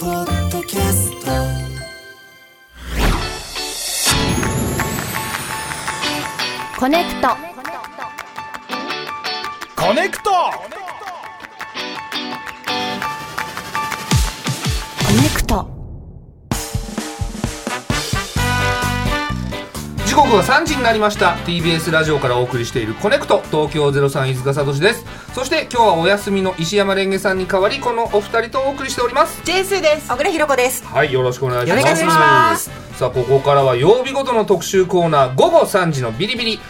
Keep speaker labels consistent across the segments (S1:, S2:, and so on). S1: ポッドキャスト
S2: コネクト
S3: コネクト
S2: コネクト
S3: 時刻は3時になりました TBS ラジオからお送りしている「コネクト東京03飯塚聡ですそして今日はお休みの石山レンゲさんに代わりこのお二人とお送りしております
S4: 小倉弘子です。
S3: はいよろしくお願いします
S4: お願いします
S3: さあここからは曜日ごとの特集コーナー午後3時のビリビリ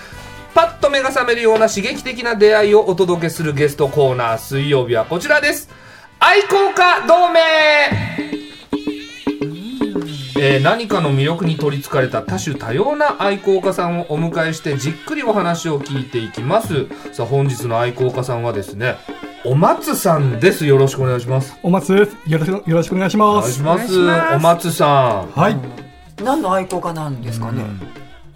S3: パッと目が覚めるような刺激的な出会いをお届けするゲストコーナー水曜日はこちらです愛好家同盟えー何かの魅力に取りつかれた多種多様な愛好家さんをお迎えしてじっくりお話を聞いていきますさあ本日の愛好家さんはですねお松さんですよろしくお願いします
S5: お松です。よろしく、よろしくお願いし
S3: お
S5: ま
S3: 願いし
S5: す。
S3: ますお松さん
S5: はい。
S4: 何の愛好家なんですかね。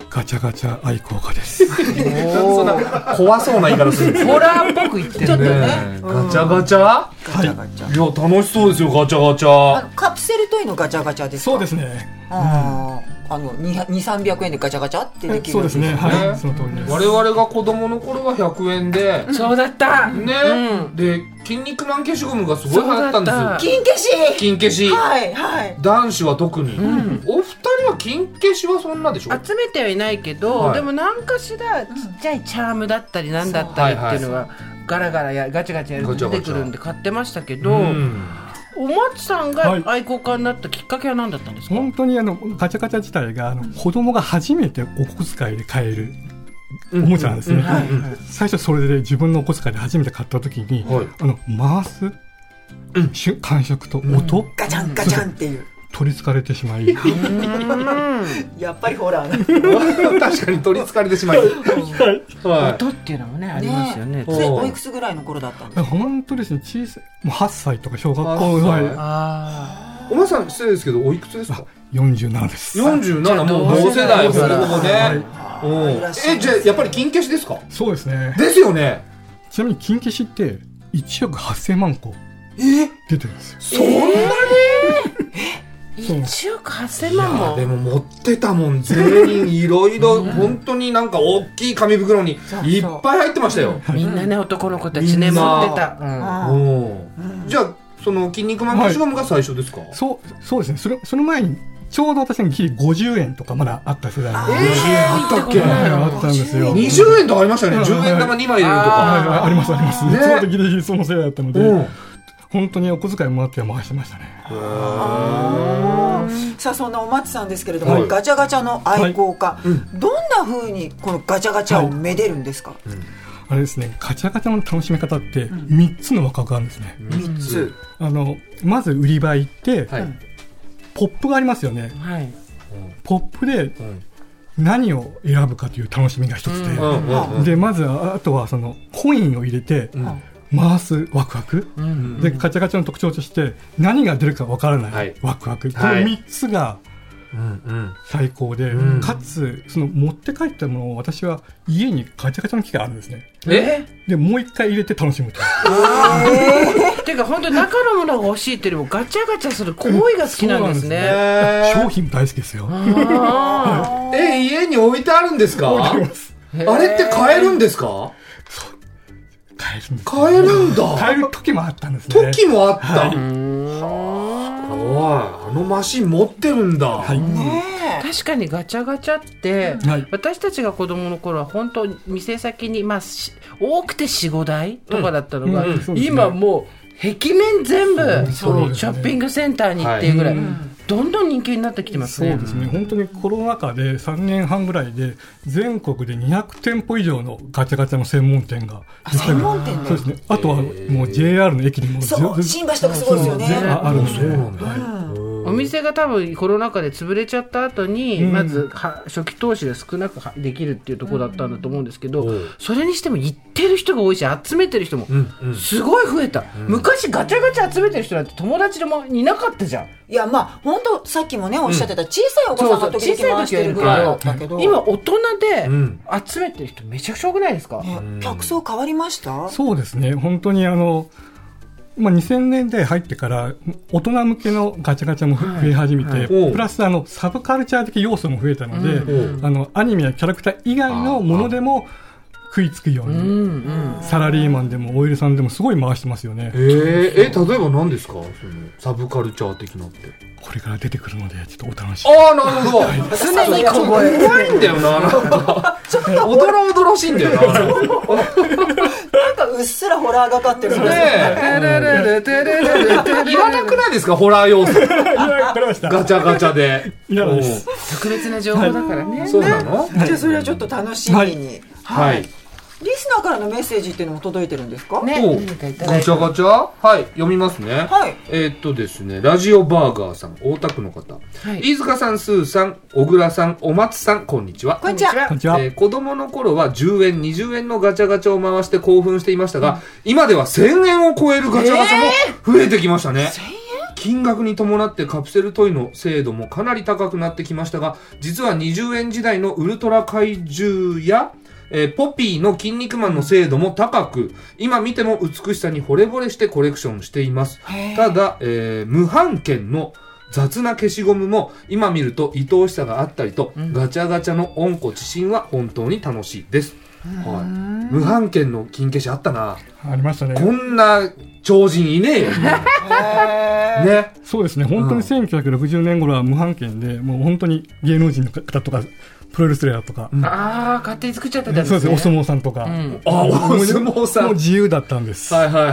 S5: ガチャガチャ愛好家です。
S3: そんな怖そうな言い方するんです
S4: ホラーっぽく言ってる
S3: ねえガチャガチャ
S4: ガチャガチャ。
S3: いや楽しそうですよガチャガチ
S4: あ
S3: ャ
S4: のカプセルトイのガチャガチャですか。。
S5: そうですすね。
S4: あーあの二二三百円でガチャガチャってできる。
S5: そうですね。。はい。その通りです。
S3: 我々が子供の頃は100円で
S6: そうだった
S3: ね、
S6: うん
S3: で筋肉マン消しゴムがすごい流行ったんです
S6: そう
S3: よ
S6: だった
S4: 金消し。
S3: 金消し
S4: はいはい。
S3: 男子は特に、お二人は金消しはそんなでしょ
S6: 集めてはいないけど、
S3: はい
S6: でも何かしらちっちゃいチャームだったりなんだったりっていうのはガラガラやガチャガチャやると出てくるんで買ってましたけど、
S3: うん
S6: お松さん
S5: は
S6: が
S5: い
S6: 愛好家になったきっかけは何だったんですか、
S5: 本当にあのガチャガチャ自体があの子供が初めてお小遣いで買えるおもちゃなんですね、最初それで自分のお小遣いで初めて買った時に、
S3: はい
S5: あの回す、しゅ感触と音、
S4: ガチャンガチャンっていう。
S5: 取りつかれてしまい、は
S4: やっぱりホラーな。
S3: 確かに取りつかれてしまいは
S6: 音っていうのもねありますよ
S3: ね
S6: ね
S4: それ
S3: おう
S4: おいくつぐらいの頃だったんですか。
S5: い、本当ですね小さいもう8歳とか小学校
S3: 8歳
S5: は
S6: あ
S3: いお前さん失礼ですけどおいくつですか
S5: い47です
S3: 47もう同世代ほぼほぼねうん
S4: いらっしゃい
S3: えじゃあやっぱり金消しですか
S5: そうですね
S3: ですよね
S5: ちなみに金消しって1億8000万個出てるんですよ
S3: そんなに
S5: そう
S6: あ1億8000万も
S3: でも持ってたもん全員いろいろ本当になんか大きい紙袋にいっぱい入ってましたよ
S6: みんなね男の子たちね
S3: みんな
S6: 持ってた、うん
S4: あー
S3: うんじゃあその筋肉マン消しゴムが最初ですか
S5: そう、そうですね。それ、その前に、ちょうど私のギリ50円とかまだあった世代なんで。
S3: あったっけ
S5: はいあったんですよ。
S3: 20円とかありましたよね10円玉2枚入れると
S5: はい
S3: か
S5: はい、ありますあります。
S3: ね
S5: ちょうどギリギリその世代だった
S3: う
S5: の
S3: ん
S5: で、本当にお小遣いもらっては回してましたね。
S4: さあそんなお松さんですけれど
S3: は
S4: も
S3: い
S4: ガチャガチャの愛好家
S3: う。
S4: どんな風にこのガチャガチャをめでるんですか。
S5: あれですね、ガチャガチャの楽しみ方って、3つの枠があるんですね。
S4: 三つ。
S5: あの、まず売り場行って、
S3: はい
S5: ポップがありますよね。
S6: はい
S5: ポップで何を選ぶかという楽しみが一つ
S3: うん
S5: で。
S3: うんうん
S5: で、まず、ああとはその、コインを入れて、回すワクワク。
S6: うん
S5: でガチャガチャの特徴として何が出るかわからない、
S3: はい
S5: ワクワクこの
S3: はい
S5: 3つが
S3: うん
S5: 最高で、
S3: うん
S5: かつその持って帰ったものを私は家にガチャガチャの木があるんですね
S3: うんえ
S5: でもう一回入れて楽しむと
S6: ていうか本当に中のものが欲しいっていうよりもガチャガチャする行為が好きなんです
S3: え
S6: ね、
S3: ー
S5: 商品大好きですよ
S6: あ
S3: え家に置いてあるんですかあ
S6: ー
S3: れって買えるんですか
S5: 買えるんです
S3: 買えるんだ
S5: 買える時もあったんですね
S3: 時もあったはああのマシン持ってるんだ
S5: はい、
S6: 確かにガチャガチャって、
S5: はい
S6: 私たちが子供の頃は本当に店先に、まあ、し多くて45台とかだったのが、
S5: うんうんそうですね
S6: 今もう壁面全部
S5: そうですね
S6: ショッピングセンターにっていうぐらい、どんどん人気になってきてます
S5: そう
S6: ね
S5: で。すね本当にコロナ禍で3年半ぐらいで全国で200店舗以上のガチャガチャの専門店が実際
S4: 専門店で
S5: そうですねあとはもう JR の駅にも
S4: そう
S5: ず
S4: 新橋とかすごいですよね。
S5: 全部あるんで
S3: そうなんだ
S6: うお店が多分コロナ禍で潰れちゃった後に、まずは初期投資が少なくはできるっていうところだったんだと思うんですけど、それにしても行ってる人が多いし集めてる人もすごい増えた、昔ガチャガチャ集めてる人なんて友達でもいなかったじゃん
S4: いや、まあ、本当さっきもね、おっしゃってた、小さいお子さんが時
S6: そうそう
S4: 々回してるぐらいだったけど、
S6: 今大人で
S3: ん
S6: 集めてる人めちゃくちゃ多くないですか、
S4: ね客層変わりました
S5: そうですね、本当にあの、まあ、2000年代入ってから、大人向けのガチャガチャもふ増え始めて、
S3: おう
S5: プラスあのサブカルチャー的要素も増えたので、あのアニメやキャラクター以外のものでも食いつくよう
S6: うん
S5: に、
S6: うん
S5: サラリーマンでもオイルさんでもすごい回してますよね
S3: え。ー、え例えば何ですかそのサブカルチャー的なって
S5: これから出てくるので、ちょっとお楽しみ。
S3: ああなるほど常に怖い怖いんだよななん かおどろおどろしいんだよな
S4: なんかうっすらホラーがかってるん
S3: ね
S4: で
S3: え言わなくないですかホラー要素
S5: いや、わかりました。
S3: ガチャガチャで
S5: いらないです
S3: お
S6: 特別な情報だからね、
S3: うそうなの
S4: すじゃあ、それはちょっと楽しみに。
S3: はい、
S4: リスナーからのメッセージっていうのも届いてるんですか
S6: ね
S3: お
S6: 何かいただ
S3: ガ
S6: いて
S3: チャガチャはい読みますね
S4: はい
S3: えーっとですねラジオバーガーさん大田区の方、
S6: はい
S3: 飯塚さんスーさん小倉さんお松さんこんにちは
S4: こんにちは。
S5: こんにちは。
S3: えー子供の頃は10円、20円のガチャガチャを回して興奮していましたが、今では1000円を超えるガチャガチャも増えてきましたね。金額に伴ってカプセルトイの精度もかなり高くなってきましたが、実は20円時代のウルトラ怪獣や、えーポピーの筋肉マンの精度も高く、今見ても美しさに惚れ惚れしてコレクションしています。ただ、えー無版権の雑な消しゴムも今見ると愛おしさがあったりと、ガチャガチャの温故知新は本当に楽しいです。はい、無版権の金消しあったな。
S5: ありましたね。
S3: こんな超人いねえよ。ね。
S5: そうですね、本当に1960年頃は無版権で、もう本当に芸能人の方とか、プロレスラーとか、
S6: ああ勝手に作っちゃってたん
S5: そうですね、お
S6: ね
S5: 相撲さんとか、
S3: あ、お相撲さん。は
S5: も
S3: い
S5: う自由だったんです。
S3: はいはいはい。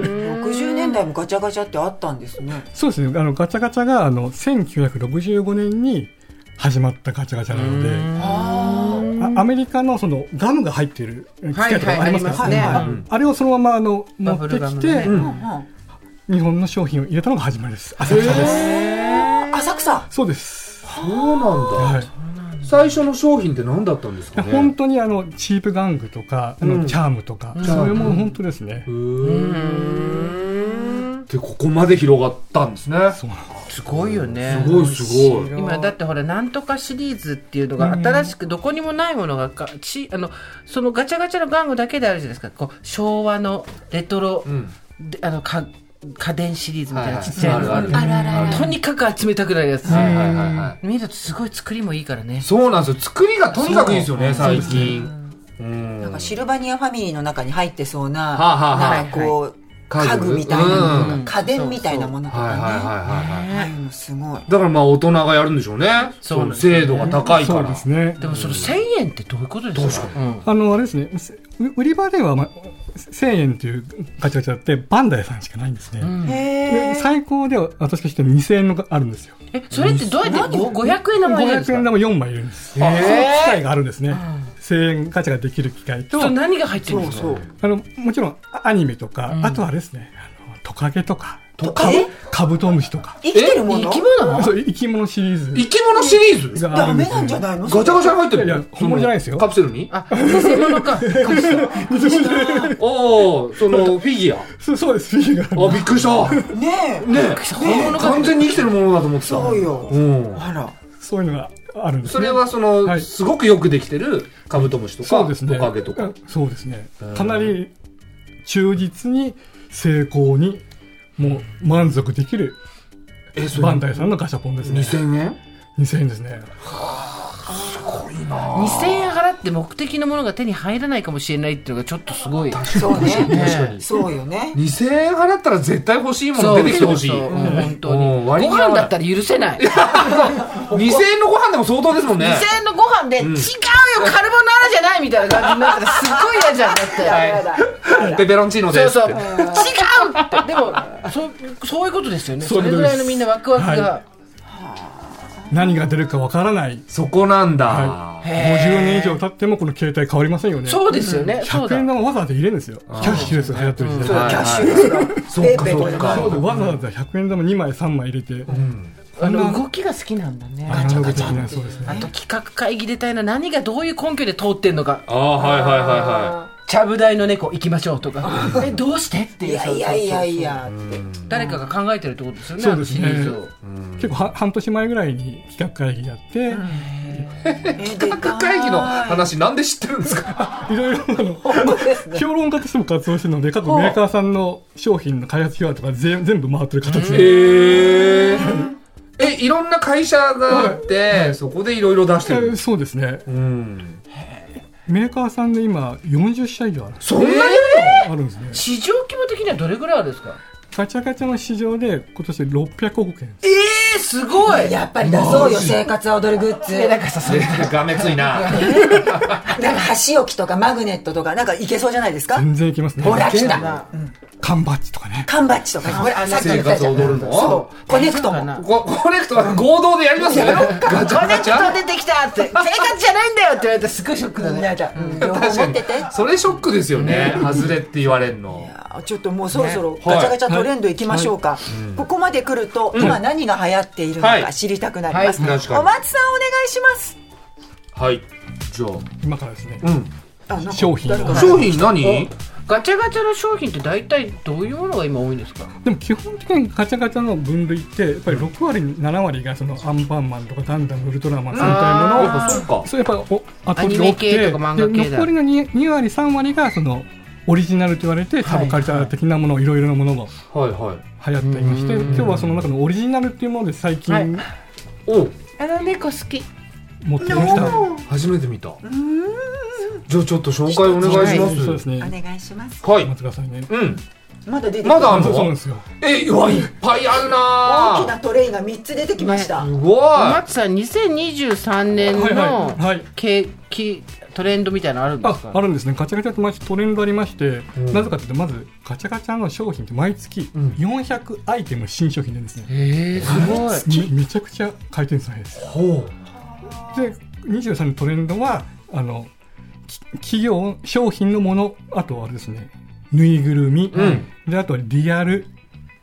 S4: 60年代もガチャガチャってあったんですね。
S5: そうですね、あのガチャガチャがあの1965年に始まったガチャガチャなので、あアメリカのそのガムが入っている機械とかありますか
S6: はいはいあ
S5: ら、
S6: ります
S5: ね、あれをそのままあの持っ
S6: バブ
S5: て
S6: ルガ
S5: き
S6: ム
S5: て、
S6: ね
S4: うんうん
S5: 日本の商品を入れたのが始まりです。浅草です。
S4: 浅草。
S5: そうです。
S3: そうなんだ。
S5: はい
S3: 最初の商品って何だったんですかね。
S5: 本当にあのチープ玩具とか、
S3: う
S5: あ
S3: ん
S5: のチャームとか、そういうもの本当ですね。
S3: うーん。で、ここまで広がったんですね。
S6: すごいよね
S3: すごいすごい。
S6: 今だってほらなんとかシリーズっていうのが新しくどこにもないものがかちあのそのガチャガチャの玩具だけであるじゃないですかこう昭和のレトロ、
S3: うん。
S6: であのか家電シリーズみ
S3: は
S6: た
S3: い
S6: いな
S3: はい
S6: ちっちゃいの、
S3: あるある
S6: とにかく集めたくなるやつ、
S3: はいはいはいはい。
S6: 見るとすごい作りもいいからね
S3: そうなんですよ。作りがとにかくいいんですよね、最近。うん
S4: なんかシルバニアファミリーの中に入ってそうな、
S3: はあはあはあ
S4: なんかこう、
S3: はいはい
S4: 家具みたいなものとか、
S3: うん
S4: 家電みたいなものと
S3: はいはいはい
S4: かね。
S3: はいはい。
S4: ああいうのすごい。
S3: だからまあ大人がやるんでしょうね。
S6: そうなんです
S3: 精度が高いか
S5: そう
S3: ら。
S5: ですね。
S6: でもその1000円ってどういうことですかうん
S5: あの、あれですね、せう売り場では、まあ、1000円というガチャガチャってバンダイさんしかないんですね。で最高では私としては2000円のがあるんですよ。
S6: えそれってどうやってご500円玉入れるんです
S5: 500円
S6: か
S5: 玉4枚いるんです。
S3: へー
S5: その機械があるんですね。1000円ガチャができる機械と、
S6: そ
S5: あ
S6: れ何が入ってるんですか
S4: そう。
S5: の、もちろんあアニメとか、あとはあれですね、あのトカゲとか、
S4: と
S5: カ
S4: か
S5: ブカブトムシとか、
S4: 生きてるもの
S6: 生き物
S5: そう生き物シリー
S3: 生き物シリーズ
S5: ズがあ
S4: ダ
S5: るんで
S4: メ
S5: す
S4: なんじゃ
S5: ね。
S4: ないの
S3: ガチャガチャに入ってる
S5: いやいや本物じゃないですよ
S3: カプセルに
S6: あ偽物か
S3: おー、そのフィギュア。
S5: そうそうです、フィギュ
S3: あ、びっくりした。
S4: ねえ。
S3: ね
S6: 本物か
S3: 完全に生きてるものだと思ってた。
S4: そうよ
S3: うん。
S4: あら。
S5: アそういうのがあるんです
S3: そ
S5: ね。
S3: れはそ
S5: は
S3: の、
S5: い
S3: すごくよくできてるカブトムシとか、
S5: そうですね。
S3: トカゲとか。
S5: そうですね。かなり忠実に成功にもう満足できる
S3: え、それ
S5: バンダイさんのガシャポンですね。
S3: 2000円
S5: 2000円ですね。
S6: 2000円払って目的のものが手に入らないかもしれないっていうのがちょっとすごい
S4: そうね。
S3: 確かに。
S4: そうよね。
S3: 2000円払ったら絶対欲しいもの出てきてほしい。
S6: そうそうそううん本当に
S3: うん
S6: ご
S3: 割に合わない
S6: 飯だったら許せない
S3: 2000
S6: 2000
S3: 円のご飯でも相当ですもんね。
S6: 円のご飯で違うよカルボナーラじゃないみたいな感じになったらすっごい嫌じゃんだって
S3: ペペロンチーノです
S6: そ
S3: っ
S6: う
S3: て。
S6: そう違うってでもそそういうことですよね
S5: そ
S6: そう
S5: い
S6: れ
S5: うこと
S6: ぐ
S5: です
S6: らいのみんなワクワクが
S5: は何が出るかわからない。
S3: そこなんだ。
S5: はい。50年以上経ってもこの携帯変わりませんよね。
S6: そうですよねそう
S5: 100
S6: だ
S5: 円玉わざわざ入れるんですよ。キャッシュレスが流行ってる時代。
S3: はい
S4: キャッシュレスが。
S3: そっか
S4: ペイペイ
S3: そ
S4: と
S3: っ
S4: か
S3: か
S5: そうでわざわざ100円玉2枚3枚入れて、
S6: あの動きが好きなんだね
S5: アナログ的なそうですね
S6: あと企画会議出たいな何がどういう根拠で通ってんのか
S3: ああはいはいはいは
S6: ちゃぶ台の猫行きましょうと かえどうしてっていう
S4: いやいやいやいや
S6: 誰かが考えてるってことですよね
S5: そうですね
S6: あのシリーズを
S5: 結構は半年前ぐらいに企画会議やって、
S3: い企画会議の話なんで知ってるんですか
S5: いろいろあの評論家としても活動してるので過去メーカーさんの商品の開発秘話とか全全部回ってる形で、
S3: へええいろんな会社があって、そこでいろいろ出して
S5: え
S3: る
S5: ーそうですね
S3: うん
S5: メーカーさんで今40社以上ある
S3: そんなに
S5: あるんですね
S6: 市場規模的にはどれぐらいあるんですか
S5: ガチャガチャの市場で今年600億円
S6: えー、すごい
S4: やっぱり出そうよ生活踊るグッズなんか
S3: えー がめついな
S4: 箸置きとかマグネットとかなんかいけそうじゃないですか
S5: 全然いきますね
S4: ほら来た
S5: 缶バッジとかね
S4: 缶バッジとかほらさっきの
S3: 生活踊るの
S4: そうコネクト
S6: そうか
S4: も
S6: な
S3: こコネクトは合同でやりますよ ガチャガチャ
S6: 出てきたって生活じゃないんだよって言われてすごいショックだね
S4: なんかうん両方持ってて
S3: それショックですよね外れって言われんの
S4: あちょっともうそろそろ
S3: ね
S4: ガチャガチャトレンドいきましょうか、ここまで来ると今何が流行っているの
S3: はい
S4: か知りたくなります、
S3: はい確かに
S4: お松さんお願いします
S3: はいじゃあ
S5: 今からですね
S3: うん
S4: あなんか
S5: 商品
S4: 誰か
S5: はい
S3: 商品何
S6: ガチャガチャの商品って大体どういうものが今多いんですか
S5: でも基本的にガチャガチャの分類ってやっぱり6割7割がそのアンパンマンとかダンダムウルトラマンみたい
S3: やっ
S5: な
S3: ぱ
S5: も
S3: そうか
S5: のをそうやっぱお圧倒的
S6: アニ
S5: に
S6: メ
S5: 多くて
S6: 系とか漫画系だ
S5: で残りの 2, 割3割がそのオリジナルと言われてサブカルチャー的なもの、いろいろなものが
S3: はいはい
S5: 流行っていまして今日はその中のオリジナルっていうもので最近
S3: おう
S6: あの猫好き
S5: 持ってきました、
S3: 初めて見たじゃあちょっと紹介お願いしま
S5: そうですすね
S4: お願いします
S3: はい
S5: 待ってくださいね
S3: うん
S4: まだ出てき
S3: まだあん
S5: そうそうなん
S3: の
S5: ですよ
S3: えうわいっぱいある
S4: 大きな
S3: な
S4: トレイが3つ出てきました、
S3: すごい
S6: 松さん2023年
S5: はい
S6: の
S5: はいはい
S6: 景気トレンドみたいなのあるんです
S5: あ
S6: か
S5: あるんですねガチャガチャって毎日トレンドありまして、
S3: ん
S5: なぜかというとまずガチャガチャの商品って毎月
S3: ん
S5: 400アイテム新商品でですね、
S6: えー、すごい
S5: めめちゃくちゃ回転数早いです
S3: ほう
S5: で23のトレンドはあのき企業商品のものあとはあれですねぬいぐるみ、
S3: うん
S5: であとはリアル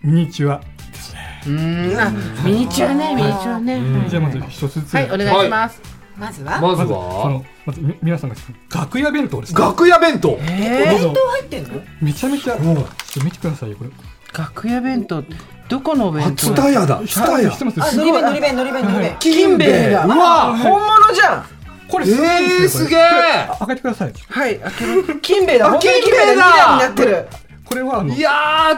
S5: ミニチュアですね、
S6: うーんあミニチュアねミニチュアね
S3: うん
S5: じゃあまず一つずつ、
S6: はいお願いします
S4: まずは
S3: まず
S5: まずそ
S3: は
S5: のまずみ皆さんが楽屋弁当ですね
S3: 楽屋弁当
S5: どう
S6: え
S5: ぞ
S4: 入ってんの
S5: めちゃめちゃちょ
S3: ん
S5: っと見てくださいよこれ
S6: ー、楽屋弁当どこのお弁当
S3: ツタヤだツタヤ
S5: 知ってます
S4: あ
S5: す
S4: の
S5: ごい
S4: り弁のり弁のり弁のり弁
S3: 金兵衛うわ
S6: 本物じゃん
S5: これすごい
S3: えー
S5: で
S3: す
S5: すよこ
S3: げ
S5: れ
S3: え
S5: あ開けてください
S6: はい開ける金兵衛だ
S3: あ
S6: 本当に
S3: 金兵衛だ
S6: 金兵衛だ
S5: これはあの
S3: いや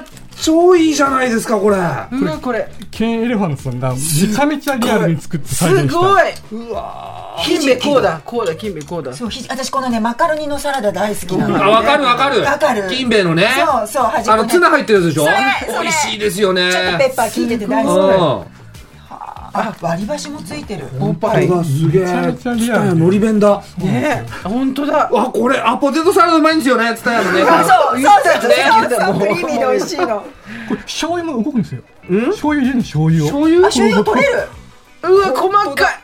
S3: ー超いいじゃないですかこれ
S6: 未来になってるうわこれ
S5: ケンエレファントさんがめちゃめちゃリアルに作って再
S6: す
S5: 現した
S6: ごいう
S3: わ
S6: 金兵衛こうだこうだ金兵衛こうだ
S4: そうひじ私このねマカロニのサラダ大好きな
S3: ー
S4: の、ね、
S3: あわかるわかる
S4: わかる
S3: 金兵衛のね
S4: そうそう端っこ
S3: あの
S4: ね
S3: ツナ入ってるやつでしょ
S4: それそれ
S3: 美味しいですよね
S4: ちょっとペッパー効いてて大好き
S3: う
S4: あ割り箸もついてる
S6: おっぱい
S3: ん。うわすげえ。
S5: めちゃめちゃリアル
S3: ツタヤのり弁だ。
S6: ねえ本当だ
S3: わこれあポテトサラダうまいんですよね。ツタヤのね。
S4: あそうそうそうそう
S6: 言った
S4: そう
S6: よ
S4: ク
S6: ね
S4: リーミーで美味しいの
S5: これ醤油も動くんですよ醤油入れる醤油を
S3: 醤油
S4: あ醤油取れる
S6: うわ細かい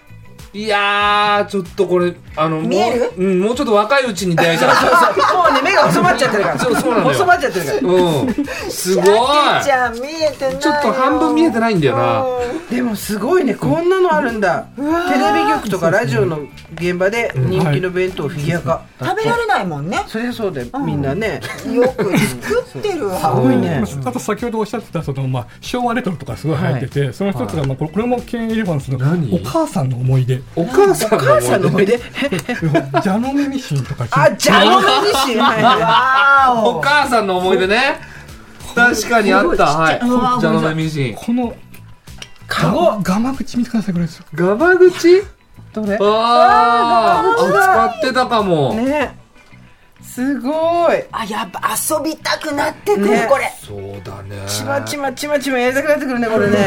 S3: いやーちょっとこれあのもう
S4: 見える
S3: うんもうちょっと若いうちに出会 いたい。
S6: もうね目が細まっちゃってるから
S3: そうそうなのよ
S6: 細まっちゃってるから
S3: うんすごい。
S4: じゃあ見えてないよ
S3: ちょっと半分見えてないんだよな。
S6: でもすごいねこんなのあるんだテレビ局とかラジオの現場で人気の弁当フィギュア化
S4: 食べられないもんね
S6: そりゃそうだよみんなね
S4: よく作ってるわ
S6: ごいね
S5: あと先ほどおっしゃってたその、まあ、昭和レトロとかすごい流行ってて、その一つが、まあ、これこれもケン・エレファンスの
S3: 何
S5: お母さんの思い出
S3: お母さん
S6: お母さんの思い出
S5: ジャノメミシンとか
S6: あジャロメ自身は
S4: わ
S3: お母さんの思い出ね。確かにあった。はい。じゃのめみじん。
S5: この
S6: カ
S5: が
S6: ゴ
S5: ガマ口見てくださいこれですよ
S3: ガバ口
S6: どれ
S3: あーあ使ってたかも。
S6: ねすごい
S4: あやっぱ遊びたくなってくる、
S6: ね
S4: これ
S3: そうだね。
S6: ちまちまちまちまやりたくなってくるねこれね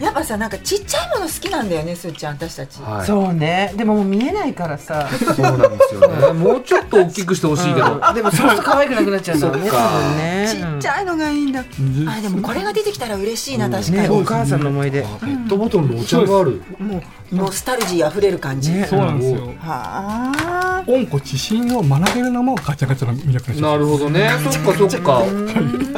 S4: やっぱさなんかちっちゃいもの好きなんだよねすーちゃん私たち
S6: う
S3: は
S6: ん
S3: い。
S6: そうねでももう見えないからさ
S3: そうなんですよね。もうちょっと大きくしてほしいけど。
S6: うんでもそうすると可愛くなくなっちゃうんだろうね
S3: そっか
S6: 多分ね
S4: ちっちゃいのがいいんだ、あでもこれが出てきたら嬉しいな、確か
S6: ねお
S4: に、
S6: 母さんの思い出
S3: ペットボトルのお茶がある。
S4: もうノスタルジーあふれる感じ、
S5: そうなんですよ
S4: はあ
S5: 温故知新を学べるのもガチャガチャの魅力の一つ
S3: なるほどねそっかそ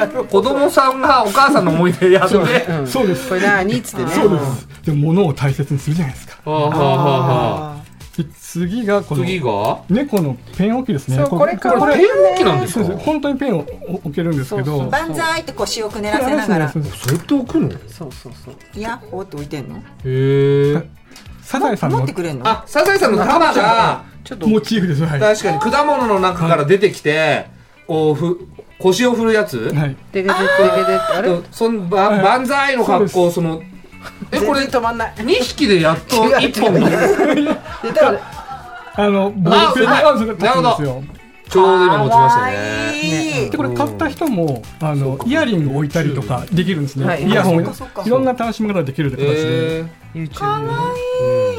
S3: っか子供さんがお母さんの思い出やってね
S6: うん
S5: そうです
S6: これ何っつってね
S5: そうですで物を大切にするじゃないですか
S3: はあはあはあはあ
S5: で次がこの
S3: 次が
S5: 猫のペン置きですね
S6: そうこれか
S5: こ
S3: これペン置きなんです
S5: そう
S3: か
S5: です本当にペンを置けるんですけど
S4: バンザーイってこう詩をくねらせながら
S5: そうです
S3: そうやって置くのへ
S6: そうそうそう
S4: イヤッホーって置いてんの
S3: え
S5: サザエさん
S4: 持
S5: の
S4: ってくれんの
S3: あサザエさんの玉が
S6: ちょっと
S5: モチーフですはい、は
S3: 確かに果物の中から出てきてこうふ腰を振るやつ
S5: い、
S6: ででででであれ
S3: そのば
S5: はい
S3: 万歳の格好そのえこ
S6: こ
S3: れ
S6: れ止まんない
S3: 2匹でやっと
S6: 違う
S3: 1本
S6: でだから
S5: あのボールペンに合わせて立つんですよ
S3: ちょうど今持ちました
S4: 可
S3: ね
S4: 愛い
S5: でこれ買った人もあのイヤリング置いたりとかできるんですね、
S6: はい
S5: イヤホン
S4: あそっかそっか
S5: いろんな楽しみ方ができるって形で、
S3: え
S6: YouTube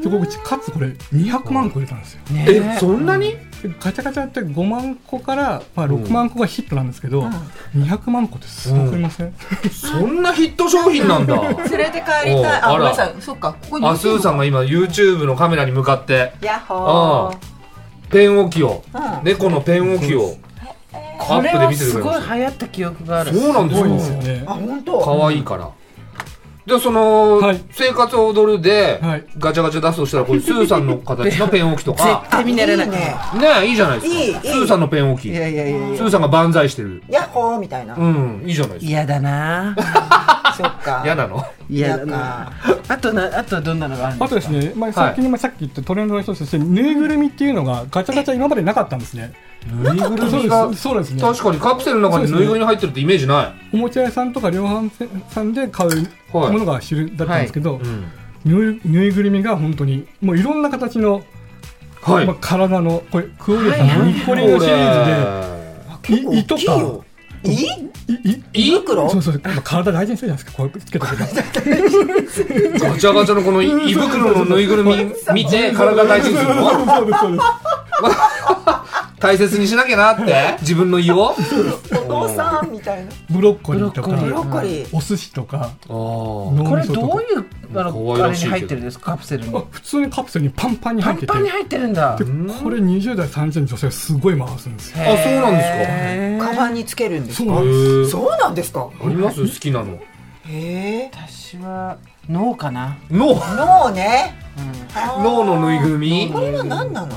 S5: で僕かつこれ200万個売れたんですよ
S3: ー
S6: ね
S3: えそんなに
S5: でガチャガチャって5万個から、まあ、6万個がヒットなんですけど、200万個ってすごくいません、
S3: そんなヒット商品なんだ
S4: 連れて帰り
S3: おう
S4: たいあ
S3: あ
S4: ご
S3: ら
S4: めんなさいそっかここに
S3: あすーさんが今 YouTube のカメラに向かって
S4: ヤッホー
S3: ペン置きを
S4: うん
S3: 猫のペン置きをア
S6: こ
S3: ッ
S6: れ
S3: プで
S6: は
S3: 見せて
S6: す
S3: くれ
S6: ごい
S3: ま
S6: 流
S3: し
S6: 行った記憶があ
S3: た
S6: る
S3: そうなんですす
S5: ごい
S3: よ
S5: ですよね
S4: あ本当
S3: 可愛いから。じゃあその、
S5: はい
S3: 生活を踊るで、
S5: はい
S3: ガチャガチャ出すとしたらこれスーさんの形のペン置きとか
S6: 絶対見慣れない
S4: ね
S3: ねえいいじゃないですか
S4: いいいい
S3: スーさんのペン置き
S6: いやいやいやいや
S3: スーさんが万歳してる
S4: ヤッホーみたいな
S3: うんいいじゃないですか
S6: 嫌だなぁ
S4: そっか
S3: 嫌なの
S6: 嫌だなぁあとなあとはどんなのがあるんで
S5: あ
S6: す
S5: と
S6: か
S5: ですね、まあ、先にまあさっき言ったトレンドの一つとして、ぬいぐるみっていうのがガチャガチャ今までなかったんですね。
S3: ぬいぐる
S5: そう
S3: み
S5: で
S3: が
S5: す、そうなんですね。
S3: 確かにカプセルの中にぬいぐるみ入ってるってイメージない
S5: おもちゃ屋さんとか量販店さんで買う
S3: はい
S5: ものが主流だったんですけど、
S3: ん
S5: ぬいぬいぐるみが本当にもういろんな形の、
S3: はい、
S5: まあ、体のこれクオリさんのニッコリのシリーズで、い胃とかいい
S3: いい
S4: 袋
S5: そうそう、まあ、体大事にするじゃないですかこうつけた時
S3: ガ
S5: に
S3: チャガチャのこの 胃袋のぬいぐるみ見て体大事にするの
S5: そうですそうです
S3: 大切にしなきゃなって自分の胃 を
S4: お父さんみたいな
S5: ブロッコリーと
S6: ブロッ
S4: ブロ
S5: か
S4: ッコリー
S5: お寿司とか
S3: あー
S5: 脳
S6: これ
S5: みそと
S6: ど
S5: か
S6: ういうあ
S3: 可
S6: の
S3: 愛
S6: あ
S3: ら
S6: れ
S3: しい
S6: に
S3: けど
S6: 入ってるんですかカプセルに
S5: あ普通にカプセルにパンパンに
S6: パ
S5: 入っ
S6: ン
S5: てて
S6: パンに入ってるんだ
S5: でこれ20代30代の女性すごい回すんですよ
S3: あそうなんですか
S6: へ
S4: カバンにつけるんです
S5: そう
S4: か
S5: なんです
S3: へー
S4: そうなんですか
S3: あります好きなの
S4: へえ
S6: ー私は脳かな
S3: 脳
S4: 脳ねあー
S3: 脳のぬいぐるみ
S4: これは何なの
S3: あ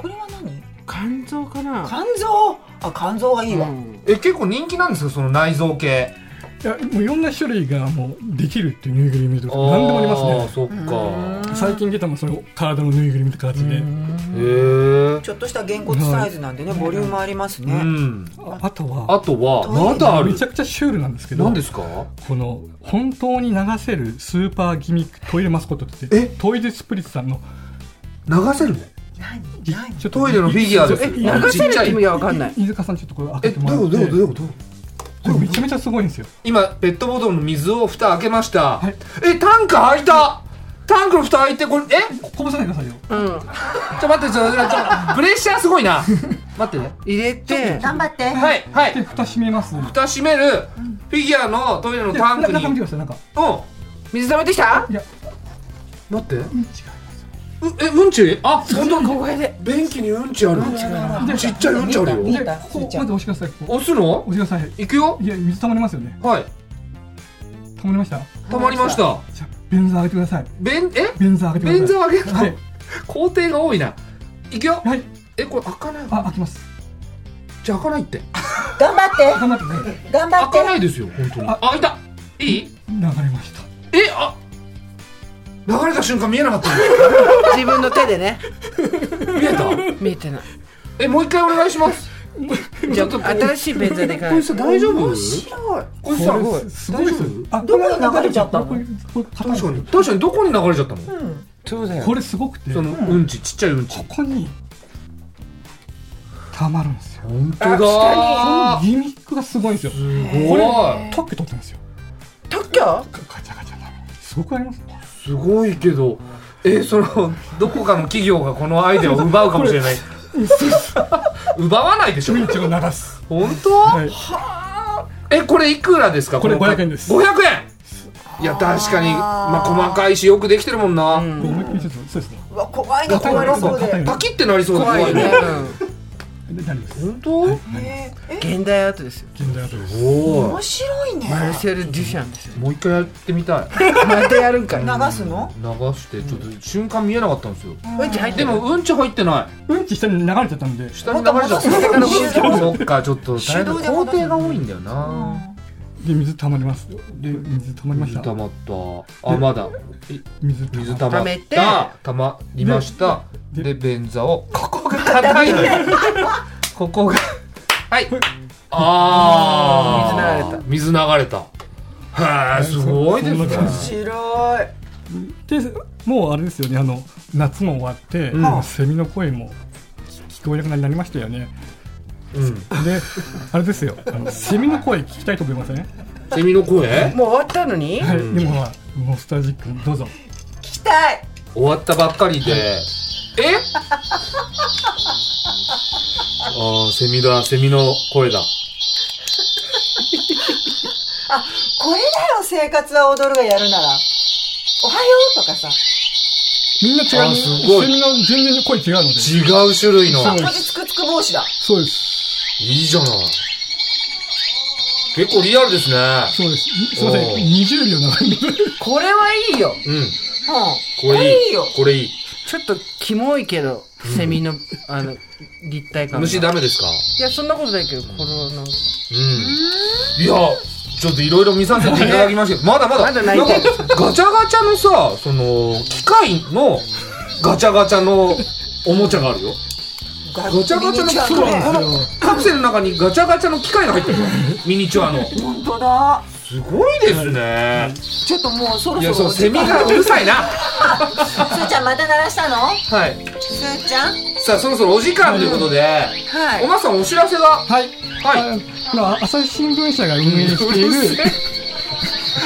S3: ー
S4: これは何
S6: 肝臓かな
S4: 肝臓あ肝臓がいいわ
S3: え結構人気なんですよその内臓系
S5: いやもういろんな種類がもうできるっていうぬいぐるみとか何でもあります
S3: あー
S5: ね
S3: そっか
S5: 最近出たのもその体のぬいぐるみって形で
S3: へえ
S4: ちょっとしたげんこつサイズなんでねボリュームあります
S3: う
S4: ね
S3: ん
S5: ああとは
S3: あとは
S4: トイレ
S3: まだある
S5: めちゃくちゃシュールなんですけど
S3: 何ですか
S5: この本当に流せるスーパーギミックトイレマスコットって
S3: え
S5: トイレスプリッツさんの
S3: 流せるの
S5: ぎちょっ
S3: トイレのフィギュアです
S5: え
S3: あの
S6: 流
S3: ち
S6: せ
S3: っち
S6: る
S3: ゃ
S6: っ
S3: い
S6: て意味がわかんない
S5: 飯塚さんちょっとこれ開
S3: え
S5: けてもら
S3: ど
S5: っ
S3: う
S5: て
S3: どうどうどう
S5: これめちゃめちゃすごいんですよ
S3: 今ペットボトルの水を蓋開けました
S5: はい
S3: えタンク開いたタンクの蓋開いてこれえ
S5: こぼさないでくださいよ
S6: うん
S3: ちょ待ってちょちょちょプレッシャーすごいな待ってね
S6: 入れて
S4: 頑張って
S3: はいは
S5: で
S3: い
S5: 蓋閉めます
S3: 蓋閉めるフィギュアのトイレの
S5: で
S3: タンクに
S5: 中
S3: う
S5: 見
S3: ん
S5: てくださいなんか
S6: 水溜めてきた
S3: 待ってうえうんちあ本当
S6: これで
S3: 便器にうんちあるちっちゃいうんちある
S5: で
S3: よ
S5: ここまず押してくださいここ
S3: 押すの
S5: 押してください
S3: いくよ
S5: いや水溜まりますよね
S3: はい
S5: 溜まりました
S3: たまりました
S5: じゃあ便座上げてください
S3: 便え
S5: 便座上げてください
S3: 便座上げるの
S5: はい
S3: 工程が多いないくよ
S5: はい
S3: えこれ開かない
S5: あ開 きます
S3: じゃあ開かないって
S4: 頑張って
S5: 頑張ってください
S4: 頑張
S3: 開
S4: っ
S3: かな
S4: て
S3: いですよ本当にあ
S5: あ
S3: 開いたいい
S5: 流れました
S3: えあ流れた瞬間見えなかった
S6: 自分の手 でね
S3: の見えた
S6: 見えてない
S3: えもう一回お願いします
S6: じゃあ新しい便座でか
S3: こ
S6: い
S3: いつ大丈夫
S4: 白い
S3: こいつさ
S5: これすごいですよあ
S4: どこに流れちゃったの
S5: これこれ
S3: 確かに確かにどこに流れちゃったの
S6: そうだ よ
S5: これすごくて
S3: そのうんちちっちゃいうんち
S5: ここに溜まるんですよ
S3: 本当
S5: この
S3: だ
S5: ギミックがすごいんですよ
S3: すご
S5: こ
S3: い
S5: れ特許取ったんですよ
S6: 特許
S5: ガガチャガチャなのすごくあります
S3: すごいけどえそのどこかの企業がこのアイデアを奪うかもしれない 奪わないでしょ
S5: うんちを流す
S3: 本当、
S5: はい
S3: えこれいくらですか
S5: これ
S3: の
S5: 500円です
S3: 500円いや確かにまあ細かいしよくできてるもんな、
S5: 思いっきりちょっとそうですね
S4: うわ怖いねこれはそう
S5: 硬い
S4: で
S5: の
S3: パキってなりそうだ
S6: 怖いね
S3: ね
S6: うん
S5: でなります。
S3: 本当、
S5: はい、
S4: えーえ
S6: 現代アートですよ
S5: 現代アートです。
S3: おお
S4: 面白いね
S6: マルセル・デュシャンですよ
S3: もう一回やってみたい
S6: またやるんかい
S4: 流すの
S3: 流してちょっと瞬間見えなかったんですよ、
S6: うんち入っ
S3: で
S6: てる
S3: もうんち入ってな
S5: うんち下に流れちゃったんで、
S3: い下に流れちゃった
S4: もっと戻す
S3: そっかちょっと大
S4: 手動
S3: 変
S4: で
S3: 工
S4: 戻す
S3: 程が多いんだよな
S5: で水溜まります。で水溜まりまし
S3: 水
S5: た。
S3: 溜まったあまだい
S5: 水溜ま
S3: 水溜ま
S6: 溜
S3: っ
S6: めて
S3: た溜まりました
S5: で
S3: で便座をここが硬いここがはいああ水流れた水流れたへえすごいですね
S5: そんな感
S4: 面白い
S5: でもうあれですよねあの夏も終わって、
S3: ん
S5: もうセミの声も聞聞こえなくなりましたよね
S3: うん
S5: であれですよあのセミの声聞きたいと思いません、ね
S3: セミの声
S6: もう終わったのに
S5: はい、でもまあノスタルジックにどうぞ
S4: 聞きたい
S3: 終わったばっかりでえああセミだセミの声だ
S4: あこれだよ生活は踊るがやるならおはようとかさ
S5: みんな違
S3: あ
S5: う
S3: す
S5: セ
S3: ごい
S5: ミの全然声違うので
S3: 違う種類の
S5: そう
S4: これつくつく帽子だ
S5: そうです
S3: いいじゃない結構リアルですね
S5: そうですすいま
S3: お
S5: せ
S3: ー
S5: ん20秒長 いんで
S6: これはいいよ
S3: うん
S4: う
S3: これい
S4: いい
S3: い
S4: よ
S3: これいい
S6: ちょっとキモいけどセミのあの立体感が
S3: 虫ダメですか
S6: いやそんなことないけどこれはなんか
S3: うんいやちょっといろいろ見させていただきましたけどまだまだ
S6: まだ泣いてる
S3: なんかガチャガチャのさその機械のガチャガチャのおもちゃがあるよ
S4: んガ
S3: ガチャガチャ
S4: ミ
S3: の
S4: ニチュア
S3: そう
S4: ね
S3: このカプセルの中にガチャガチャの機械が入ってるよミニチュアの
S4: 本当だ
S3: すごいですね
S4: ちょっともうそろ
S3: い
S4: そ
S3: や
S4: ろ
S3: そうセミがうるさいな
S4: すーちゃんまた鳴らしたの
S3: はい
S4: すーちゃん
S3: さあそろそろお時間ということで
S4: は
S3: お
S4: い
S3: まさんお知らせが
S5: はい
S3: はい
S5: あ今朝日新聞社が運営している
S3: うるせ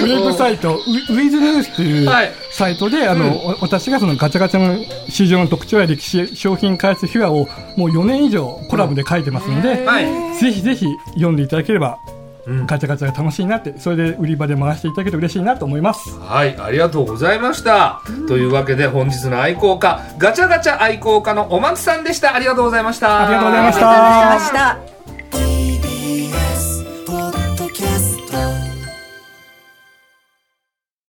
S5: ウェブサイトウウィズニュースという
S3: はい
S5: サイトで、あの、お私がそのガチャガチャの市場の特徴や歴史商品開発秘話をもう4年以上コラムで書いてますので、
S3: はい
S5: ぜひぜひ読んでいただければ、
S3: ん
S5: ガチャガチャが楽しいなってそれで売り場で回していただけると嬉しいなと思います。
S3: はい、ありがとうございました。というわけで本日の愛好家、ガチャガチャ愛好家のお松さんでした。ありがとうございました。
S5: ありがとうございました
S4: ありがとうございました